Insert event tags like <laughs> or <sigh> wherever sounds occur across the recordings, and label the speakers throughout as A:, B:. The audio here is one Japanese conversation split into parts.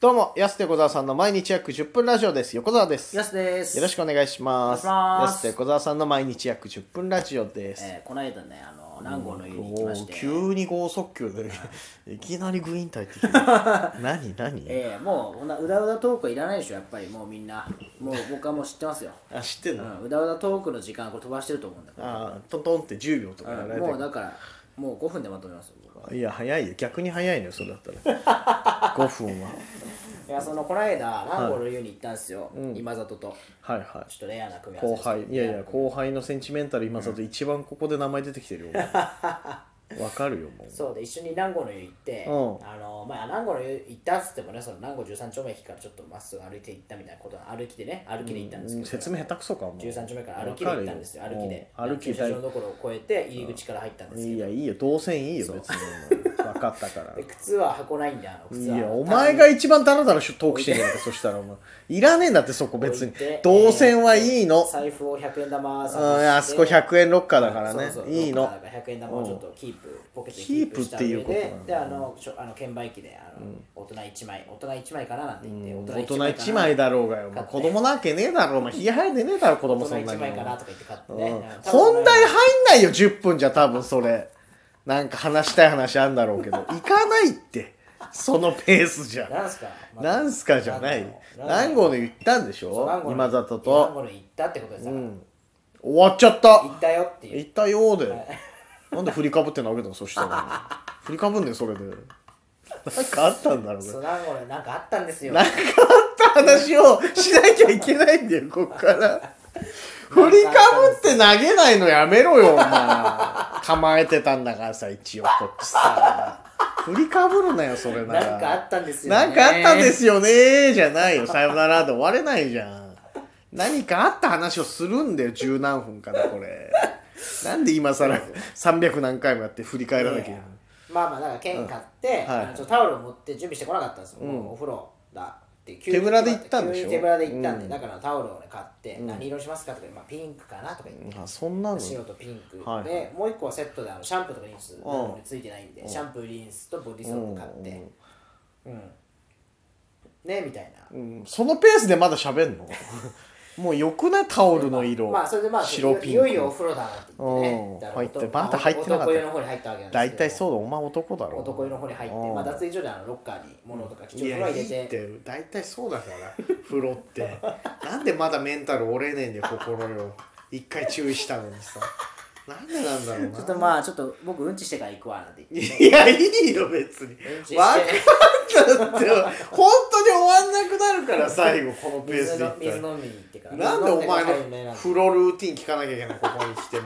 A: どうも、やすて小沢さんの毎日約10分ラジオです。横澤です。
B: やすです。
A: よろし
B: く。
A: くお願いします。
B: お願いします
A: やすて小沢さんの毎日約10分ラジオです。
B: えー、この間ね、あの、南郷の湯に行き
A: お
B: ま
A: ー
B: して、
A: 急に剛速球で、いきなりグイーン
B: <laughs>
A: タイってきて何何、
B: えー、もう、こんなうだうだトークはいらないでしょ、やっぱりもうみんな。
A: <laughs>
B: もう僕はもう知ってますよ。
A: あ、知ってん
B: う
A: の、あ
B: ん、うだうだトークの時間、これ飛ばしてると思うんだけ
A: あートントンって10秒とかやられ
B: ど、
A: て
B: うん、
A: る
B: もうだから、もう5分でまとめますよ、僕は。
A: いや、早いよ。逆に早いのよ、それだった
B: <laughs>
A: ら。5分は。
B: いや、その、この間、南郷の湯に行ったんですよ、今里と。
A: はいは
B: ちょっとレアな組
A: い。
B: み
A: 後
B: 合わせです
A: 輩、いやいや、後輩のセンチメンタル今里、一番ここで名前出てきてるよ。
B: <laughs>
A: 俺わかるよ、もう。
B: そうで一緒に南郷の湯行って、
A: うん
B: あのまあ、南郷の湯行ったっつってもねその南郷13丁目駅からちょっとまっすぐ歩いて行ったみたいなこと歩きでね歩きで行ったんですけど、
A: 説明下手くそかもう
B: 13丁目から歩きで行ったんですよ
A: わか
B: 歩
A: るよ
B: きで
A: うん歩き
B: 駐車
A: だ
B: 場のところを越えて入り口から入ったんです
A: い
B: け
A: やいいよ動線いいよ別に分かったか
B: <laughs> どで
A: ら
B: 靴は箱ないんであの
A: い
B: 靴は
A: やお前が一番ダラダラしトークしてんじゃないかそしたらお前いらねえんだってそこ別に
B: 置いて
A: 動線はいいの
B: 財布を100円玉
A: う
B: 探して
A: んあそこ100円ロッカーだからね
B: そうそう
A: いいの
B: ロッカーだから100円玉をちょっとキープ、ポケットに
A: キープっていうこと
B: キ
A: な
B: ープ
A: んだ
B: した上でであのしょあの券売機であの、大人1枚大人1枚かななんて言って、
A: 大人
B: 1枚か
A: 1
B: な
A: 枚だろうがよお前子供なわけねえだろお前冷や生えてねえだろ子供そ
B: 大
A: ん
B: 人
A: なに
B: 1枚かなとか言って買ってね、
A: うん
B: うん
A: 本題入んないよ10分じゃ多分それなんか話したい話あんだろうけど行かないってそのペースじゃ
B: なんすか、ま
A: なんすかじゃない
B: 南
A: 南
B: 郷
A: 郷
B: の
A: の言ったんでしょ
B: そう
A: 今里
B: 南
A: と
B: 郷の行ったってことでさ、
A: うん終わっちゃった
B: 行ったよっていう
A: 行ったようでなんで振りかぶって投げたのそした
B: <laughs>
A: ら振りかぶんねんそれでなんかあったんだろうね
B: そう南郷でなんかあったんですよ
A: なんかあった話をしなきゃいけないんだよこっから振りかぶって投げないのやめろよお前構えてたんだからさ一応こっちさ振りかぶるなよそれなら
B: <laughs> なんかあったんですよね
A: なんかあったんですよねじゃないよ。さよならで終われないじゃん。何かあった話をするんだよ、十何分からこれ。なんで今
B: <laughs>
A: 更300何回もやって振り返らなきゃいけない
B: や。まあまあだから券買って、
A: うんはい
B: あのちょっとタオルを持って準備してこなかったんですよ、もうお風呂だって急に
A: 手ぶらで行ったんでしょ
B: 急に手ぶらで行ったんで、
A: うん
B: だからタオルを、ね、買って、何色にしますかとか、まあ、ピンクかなとか言って、
A: あそんなの。
B: 白とピンク、
A: はい
B: でもう一個はセットであのシャンプーとかリンスなんかついてないんで、シャンプーリンスとボディソープ買ってうん、ねみたいな、
A: うんそのペースでまだ喋んのもうよくないタオルの色。
B: まあそれでまあ
A: 白ピンク。
B: いよいよお風呂だなって言
A: う
B: ってね
A: ん
B: だから
A: 入って
B: 男
A: まだ入ってなかった
B: 男湯の方に入ったわけなんです
A: 大
B: けど
A: 体そうだ、お前男だろ。
B: 男湯の方に入って、
A: うん
B: まあ、脱衣所であのロッカーに物とか貴
A: い
B: 重なもの
A: や
B: はい入れ
A: い
B: て
A: って大体そうだから風呂ってなんでまだメンタル折れねえんだよ心よ一回注意したのにさなんでなんだろうな
B: ちょっとまあちょっと僕うんちしてから行くわなんて言って
A: いやいいよ別に
B: うんちして
A: 分かんなって本当に終わんなくなるから最後このペース
B: 水
A: でい
B: の
A: ったら
B: 水飲みに行ってから
A: なんでお前
B: 水飲んでから入るねな
A: の
B: んて
A: 風呂ルーティン聞かなきゃいけないここに来て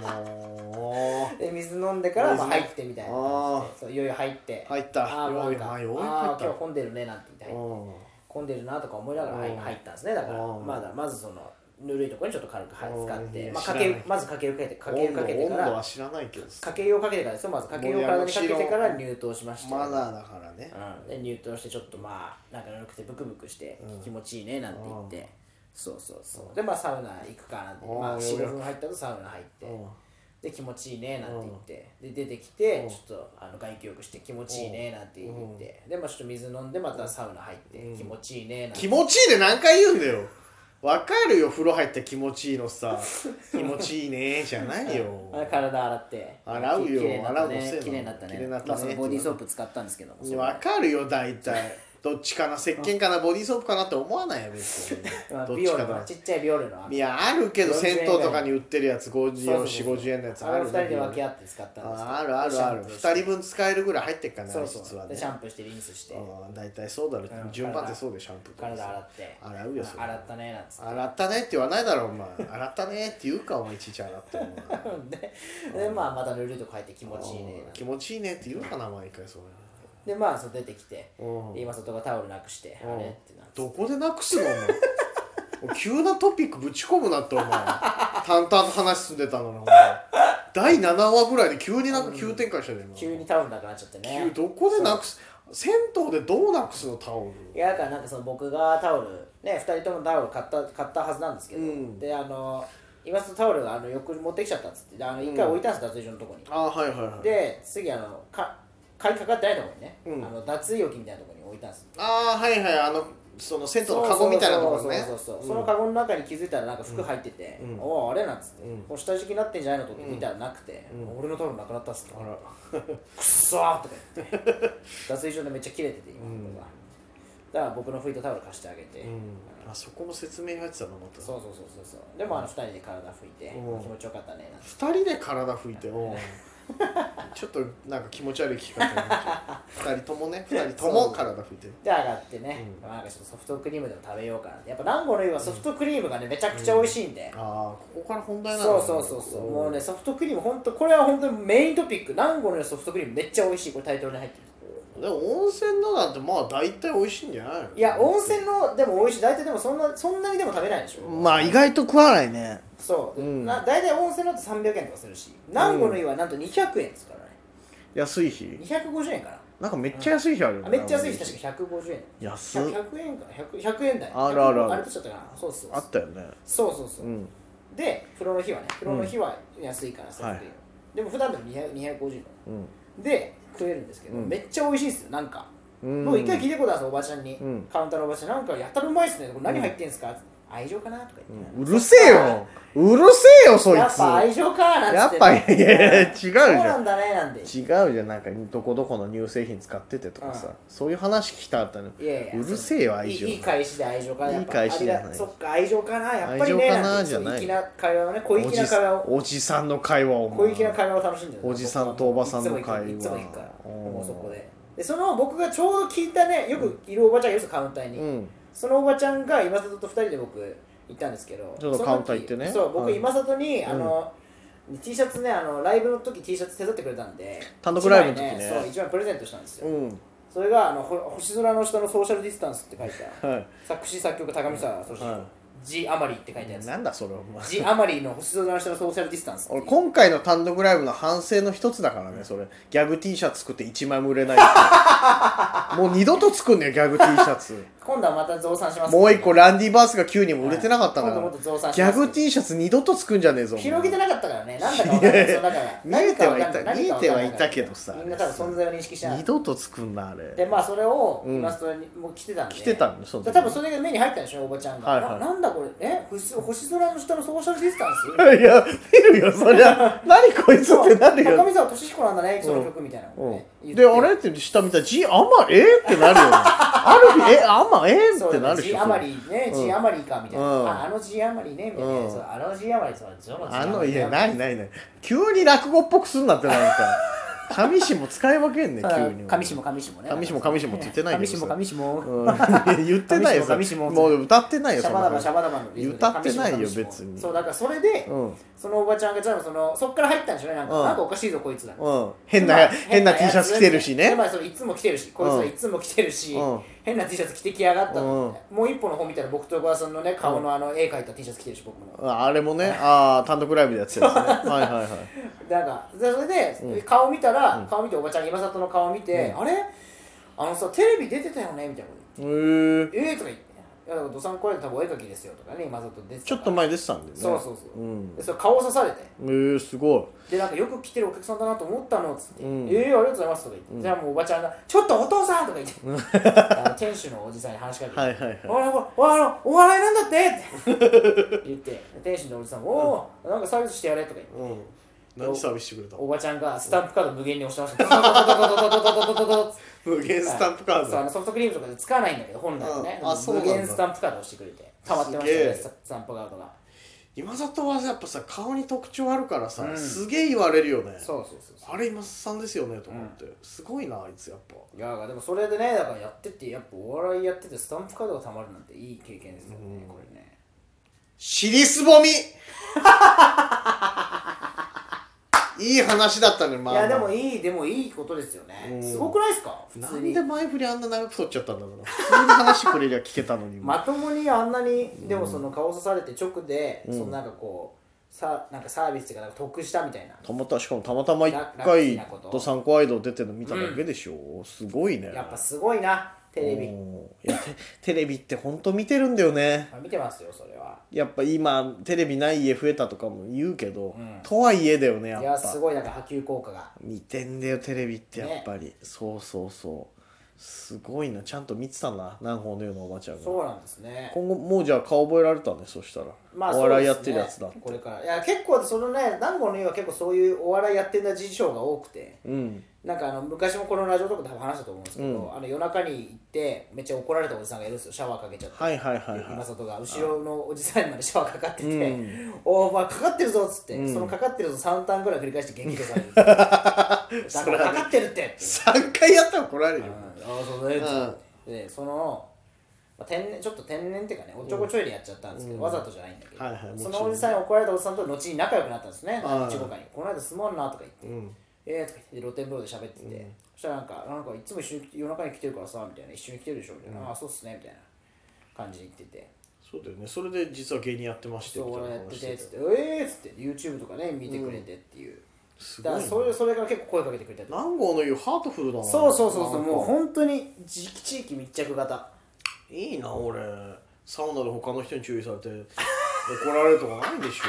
A: も
B: で水飲んでからまあ
A: 水
B: 入
A: ね
B: ってみたいな
A: あ
B: 感じでそういよいよ入って
A: 入った
B: あーもうなんか
A: よ
B: あー
A: いよ
B: 今
A: 入った
B: 日混んでるねなんて言って入って
A: う
B: 混んでるなとか思いながら入
A: うん
B: 入ったんですねだから
A: うん
B: まだまずそのぬるいところにちょっと軽くは
A: うん
B: 使って、まあ、
A: 知ら
B: か
A: ない
B: けまずかけ湯かけてかけ湯
A: 温度
B: かけて
A: 温
B: か
A: 度
B: ら
A: は知らないけどさ
B: かけ湯をかけてからですよまずかけ湯を体にかけてから入湯しました
A: マナーだからね
B: うん、で入湯してちょっとまあなんかぬるくてブクブクして気持ちいいねなんて言って、そうそうそうでまあサウナ行くかなんて、
A: うん
B: まあ、
A: うん
B: 45分入ったとサウナ入って、
A: うん
B: で気持ちいいねなんて言って、で出てきて、ちょっとあの外気浴して気持ちいいねなんて言って、でまあちょっと水飲んでまたサウナ入って、気持ちいいねなんて
A: 気持ちいいで何回言うんだよわかるよ風呂入って気持ちいいのさ気持ちいいねじゃないよ
B: あ体洗って
A: 洗うよ
B: きれいになった
A: 洗うのせい
B: ね
A: なの
B: 綺麗になった
A: 綺麗
B: ね
A: になったね
B: まあ、そのボディーソープ使ったんですけどもそれ
A: わかるよ大体どっちかな石鹸かなボディーソープかなって思わないよ別に
B: まあ
A: どっ
B: ビ
A: ち
B: オ
A: か
B: レの
A: な
B: ちっちゃいビオレのあの
A: いやあるけど
B: 40
A: 銭湯とかに売ってるやつ
B: そうそうそう
A: 4050円のやつあ
B: あの
A: る
B: 二人で分け
A: あ
B: 合って使ったんですけど
A: あるあるある
B: シャンプーして
A: 2人分使えるぐらい入ってっからね
B: そう
A: あれ
B: そ
A: 実は
B: うで
A: ね
B: シャンプーしてリンスして
A: うん大体そうだろ
B: うん
A: 順番ってそうでシャンプーとか
B: 体洗
A: さ
B: って
A: 洗うよそれ
B: 洗ったねなんつって
A: 洗ったねって言わないだろお前洗ったねって言うかお前いちいち洗ってお前
B: ででまあまたぬるいとこ入って気持ちいいねなん
A: 気
B: て
A: 持ちいいねって言うかな毎回それ
B: でまあそう出てきて
A: うん
B: で今外がタオルなくしてあれってなって
A: どこでなくすのお前お前 <laughs> 急なトピックぶち込むなってお前淡々と話進んでたのにお前第7話ぐらいで急になんか急展開したね今
B: 急にタオルなくなっちゃってね
A: 急どこでなくす銭湯でどうなくすのタオ
B: い
A: ル
B: やだからなんかその僕がタオルね2人ともタオル買った買ったはずなんですけど、
A: うん
B: であの今外タオルがあの横に持ってきちゃったっつってであの一回置いたんです脱衣所のとこに
A: あはいはいはい
B: で次あのか鍵かかってないところにね、
A: うん
B: あの脱衣置きみたいなところに置いたんですよ
A: ああはいはいあのその銭湯のカゴみたいなところね
B: そうそうそう
C: う
B: そうそう
C: ん
B: そのカゴの中に気づいたらなんか服入ってて「
C: うん
B: おおあれ?」なんつって
C: うん
B: 「こう下敷きになってんじゃないの?」と思って見たらなくて「
C: うん
B: 俺のタオルなくなったっす」って
C: あら
B: くっそー!」とか言って脱衣所でめっちゃ切れてて今、
C: うん
B: 僕はだから僕の拭いたタオル貸してあげて、
A: あそこも説明入ってたのまた
B: そうそうそうそうそうでもあの2人で体拭いて、
C: うん
B: 気持ちよかったねなんて
A: 2人で体拭いてもちょっとなんか気持ち悪い聞き方になっちゃう2人とも
B: <laughs>
A: ね2人とも体拭いて
B: で上がってね、
C: うん
B: なんかちょっとソフトクリームでも食べようかなってやっぱ南郷の湯はソフトクリームがねめちゃくちゃ美味しいんで、
A: ああここから本題な
B: そ
A: の
B: うそうそうそう
C: うん
B: もうねソフトクリーム本当これは本当にメイントピック南郷の湯ソフトクリームめっちゃ美味しいこれタイトルに入って
A: でも温泉のなんてまあ大体美味しいんじゃないの
B: るいや温泉のでも美味しい大体でもそんなそんなにでも食べないでしょ、
A: まあ意外と食わないね
B: そう、
A: うん
B: な大体温泉だと300円とかするし南郷の湯はなんと200円ですからね
A: 安い日
B: 250円かな
A: なんかめっちゃ安い日あるよね
B: あめっちゃ安い日確か150円
A: 安っ
B: 100, 100円か100, 100円台
A: あるあるある
B: あれとちゃったかなそうそう
A: あったよね
B: そうそうそう、
A: うん
B: で風呂の日はね風呂の日は安いからさ、
A: はい
B: でも普段でも200 250円
A: うん
B: で食えるんですけど、
A: うん
B: めっちゃ美味しいですよなんか、
A: うん
B: 僕一回聞いたことあるんですおばちゃんに、
A: うん
B: カウンターのおばちゃんなんかやたらうまいっすねこれ何入ってんすか、愛情かなとか言って、
A: うるせえようるせえよそい
B: やっ
A: つ
B: ぱ愛情かなんつって
A: やっぱいやいや違うじゃん
B: そうなんだねなんで
A: 違うじゃんなんかどこどこの乳製品使っててとかさ、
B: うん
A: そういう話聞きたかったの
B: いやいや
A: うるせえよ愛情
B: いいいい返しで愛情かやっぱ
A: いい返しじゃない
B: ありがそっか愛情かなやっぱりね
A: 愛情かなん
B: て
A: じゃない
B: そう粋な会話をね小
A: お
B: 粋
A: じ
B: な会話を
A: おじさんの会話を
B: 小粋な会話を楽しんでる
A: おじさんとおばさんの会話
B: いつも行くから
A: うん
B: もうそこででその僕がちょうど聞いたねよくいるおばちゃんがいるんですよカウンターに、
A: うん
B: そのおばちゃんが今里と二人で僕行ったんですけど
A: ちょっと
B: その時
A: カウンター行ってね
B: そう僕
A: はい
B: 今里に、あの T シャツねあのライブの時 T シャツ手伝ってくれたんで
A: 単独ライブの時ね
B: 一枚そう一枚プレゼントしたんですよ、
A: うん
B: それがあのほ星空の下のソーシャルディスタンスって書い
A: <laughs>
B: た
A: はい
B: 作詞作曲高見沢そして、
A: はい
B: ジ・アマリーって書いたやつ
A: なんだそれお前
B: ジ・アマリーの星空の下のソーシャルディスタンスってい
A: 俺
B: う
A: 今回の単独ライブの反省の一つだからねそれギャグ T シャツ作って1枚も売れない
B: <laughs>
A: もう二度と作んねよギャグ T シャツ
B: 今度はまた増産します
A: もう一個ランディ・バースが9人も売れてなかったか
B: はい今度もっと増
A: ら
B: 産し
A: ギ
B: ます
A: ャグ T シャツ二度と作んじゃねえぞお前
B: 広げてなかったからねなんだかわかんないそのだから
A: 見えてはいた
B: 何か分かんな
A: 見えてはいたけどさ
B: みんな多分存在を認識しない
A: 二度と作んなあ
B: で
A: れ
B: まあそれを
A: うん
B: イラストにもう来てたんで
A: 来てたのその時
B: 多分それが目に入ったんでしょおばちゃんが、
A: はいはい
B: ななんだこれえ星星空の下のソーシャルディスタン
A: <laughs>
B: ス
A: いや見るよそり
B: <laughs>
A: ゃ何こいつってなる
B: 高
A: よ
B: 見沢俊彦なんだねその曲みたいなのね、
A: うん、
B: 言
A: であれって下見たら「じあまえー、ってなるよね <laughs> ある日「えあまえー、
B: そ
A: っ
B: う
A: て
B: だ
A: な
B: ね
A: るでし
B: ジ
A: ょ
B: アマリーね、
A: うん
B: ジアマリーかみたいな、
A: うん
B: ああのジアマリーねみたいな、
A: うん
B: そうあのジアマリーそのジョのジアマ
A: あ
B: リー
A: のいやないないない急に落語っぽくすんなってなんか上下も使い分
B: <laughs>
A: けんね急に
B: 上下上下ね
A: 上下上下もって言ってないけど
B: 上
A: さ
B: 下上下
A: うん言ってないよ
B: 上下も上下も
A: もう歌ってないよ
B: シャ
A: その
B: バダバシ
A: 話
B: ャバダバのリズムで
A: 歌ってないよ
B: 上下上下
A: 別に
B: そうだからそれで、
A: うん
B: そのおばちゃんがちょっとそのそっから入ったんでしょうねなんか,、
A: うん
B: なんかおかしいぞこいつら、
A: うん、変な変な T シャツ着てるし
B: で
A: ね
B: まあ、そういつも着てるしこいつらいつも着てるし、
A: うん
B: 変な T シャツ着てきやがったと、
A: うん
B: もう一歩の方見たら僕と小川さんのね顔のあの絵描いた T シャツ着てるし僕も
A: ああれもねああ単独ライブでやってたやつね
B: <laughs>
A: はいはいはい
B: だからそれで、顔見たら、顔見ておばちゃん今里の顔見て、あれあのさテレビ出てたよねみたいなこ
A: へー
B: と言ってええー、とか言って「いやだからどさんこれ多分お絵描きですよ」とかね今里出てたから
A: ちょっと前出てたんだよね
B: そうそうそう、
A: うん
B: でそれ顔刺されて
A: えー、すご
B: でなんかよく来てるお客さんだなと思ったのっつって「
A: うん
B: ええありがとうございます」とか言って、じゃあもうおばちゃんが「ちょっとお父さん」とか言ってあの店主のおじさんに話しかけて「
A: はいはいはい
B: あらほらあのお笑いなんだって」って言って店主のおじさんも「おお、なんかサービスしてやれ」とか言って
A: い、うん、何サービスしてくれた
B: おばちゃんがスタンプカード無限に押してました。
A: 無限スタンプカー
B: そうあ
A: ド
B: のソフトクリームとかで使わないんだけど本来はね、
A: うんあそうな
B: 無
A: んだ
B: 限スタンプカード押してくれて溜まってましたね
A: すげえ
B: スタンプカードが
A: 今里はやっぱさ顔に特徴あるからさ、
B: うん
A: すげえ言われるよね
B: そうそうそうそ
A: あれ今里さんですよねと思って、すごいなあいつやっぱ
B: ういやーでもそれでねだからやっててやっぱお笑いやっててスタンプカードが溜まるなんていい経験ですよね、これね
A: 尻すぼみいい話だったねまあ、
B: い
A: まあ、
B: やでもいいでもいいことですよね、
A: うん
B: すごくないですか普
A: な
B: 通
A: ん
B: に
A: で前振りあんな長く取っちゃったんだろうな普通に話くれりゃ聞けたのに
B: <laughs> まともにあんなに、でもその顔刺されて直で、そのなんかこうさなんかサービスとかなんか得したみたいな
A: たまたしかもたまたま一
B: ララッキー
A: 回
B: なこと
A: ドサンコアイドル出てるの見ただけでしょ、すごいね
B: やっぱすごいなテレビ
A: うんいやテテ <laughs> レビってほんと見てるんだよね
B: あ見てますよそれは
A: やっぱ今テレビない家増えたとかも言うけど、とはいえだよねや
B: い
A: っ
B: や
A: ぱ
B: すごいなんか波及効果が
A: 見てんだよテレビってやっぱり、そうそうそうすごいなちゃんと見てたんだ南方のようなおばちゃんが
B: そうなんですね
A: 今後もうじゃあ顔覚えられたねそしたら、
B: まあ
A: お笑いやってるやつ
B: そ
A: だ
B: うですねこれからいや結構そのね南郷の家は結構そういうお笑いやってんだ事象が多くて
A: うん
B: なんかあの昔もこのラジオとかで多分話したと思うんですけど、
A: う
B: あの夜中に行ってめっちゃ怒られたおじさんがいるんですよシャワーかけちゃって、
A: はいはいはい
B: 今
A: は
B: 里が後ろのおじさんにまでシャワーかかってて「
A: うん
B: おお前かかってるぞ」っつって、
A: うん
B: そのかかってるぞ3ターンぐらい繰り返して元気でさ
A: <laughs>
B: れるだからかかってるってって
A: い3回やったら怒られる
B: うん
A: よ
B: ああそうねっつってでその、まあ、天然ちょっと天然っていうかねおっちょこちょいでやっちゃったんですけど、わざとじゃないんだけど、
A: はいはいもちろ
B: そ
A: ん
B: のおじさんに怒られたおじさんと後に仲良くなったんですね
A: ああ
B: 何日後かに「この間すまんな」とか言って「
A: ん
B: ええー」とか言って露天風呂で喋ってて、そしたらなんか「なんかいつも一緒に夜中に来てるからさ」みたいな「一緒に来てるでしょ」みたいな「ああそうっすね」みたいな感じで言ってて。
A: そうだよねそれで実は芸人やってまして
B: そう
A: みたい
B: 俺
A: な
B: やっ
A: 話
B: て
A: してて
B: っつってて「ええー」っつって YouTube とかね見てくれてっていう、
A: す
B: だ
A: ご
B: か
A: い
B: ら
A: ね
B: それそれから結構声かけてくれたりとか
A: 南郷の湯ハートフルだな
B: そうそうそうそう
A: う
B: もう本当に地域地域密着型
A: いいな俺サウナで他の人に注意されて怒られるとかないでしょ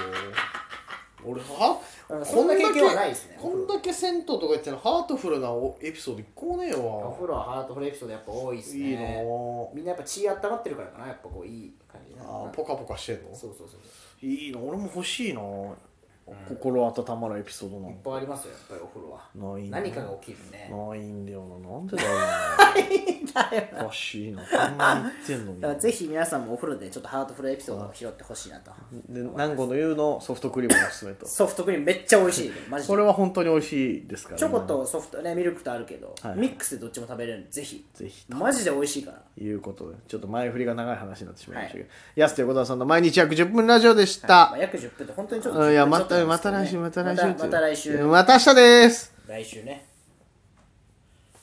A: <laughs> 俺は
B: うんそんな経験はないですね
A: こんだけ銭湯とか言ってんのハートフルなおエピソード一個もねえ
B: お
A: わ
B: 風呂はハートフルエピソードやっぱ多いですね
A: いいなぁ
B: みんなやっぱ血温まってるからかなやっぱこういい感じだな
A: あーポカポカしてんの
B: そうそうそう
A: いいな俺も欲しいな、心温まるエピソードない
B: っぱいありますよやっぱりお風呂は
A: ないな
B: 何かが起きるね
A: ないんだよななんでだろうなおかしいなこんな言ってんの
B: <laughs>
A: に
B: だからぜひ皆さんもお風呂でちょっとハートフルエピソードを拾ってほしいなと
A: で南郷の湯のソフトクリームのおすすめと
B: ソフトクリームめっちゃ美味しい
A: <laughs>
B: マジ
A: こ
B: で
A: れは本当に美味しいですから、ね、
B: チョコとソフトねミルクとあるけど
A: はい
B: ミックスでどっちも食べれるんでぜひ
A: ぜひ
B: マジで美味しいから
A: ということでちょっと前振りが長い話になってしまいましたけど、
B: は
A: 安手小沢さんの毎日約10分ラジオでした、
B: まあ約10分で本当にちょっと10
A: うんいやま
B: 分ちょ
A: た
B: っ
A: ま
B: と
A: た
B: なん
A: 来
B: ですけ
A: 週
B: どね
A: また来週ま
B: またまた来週
A: た明日です
B: 来週ね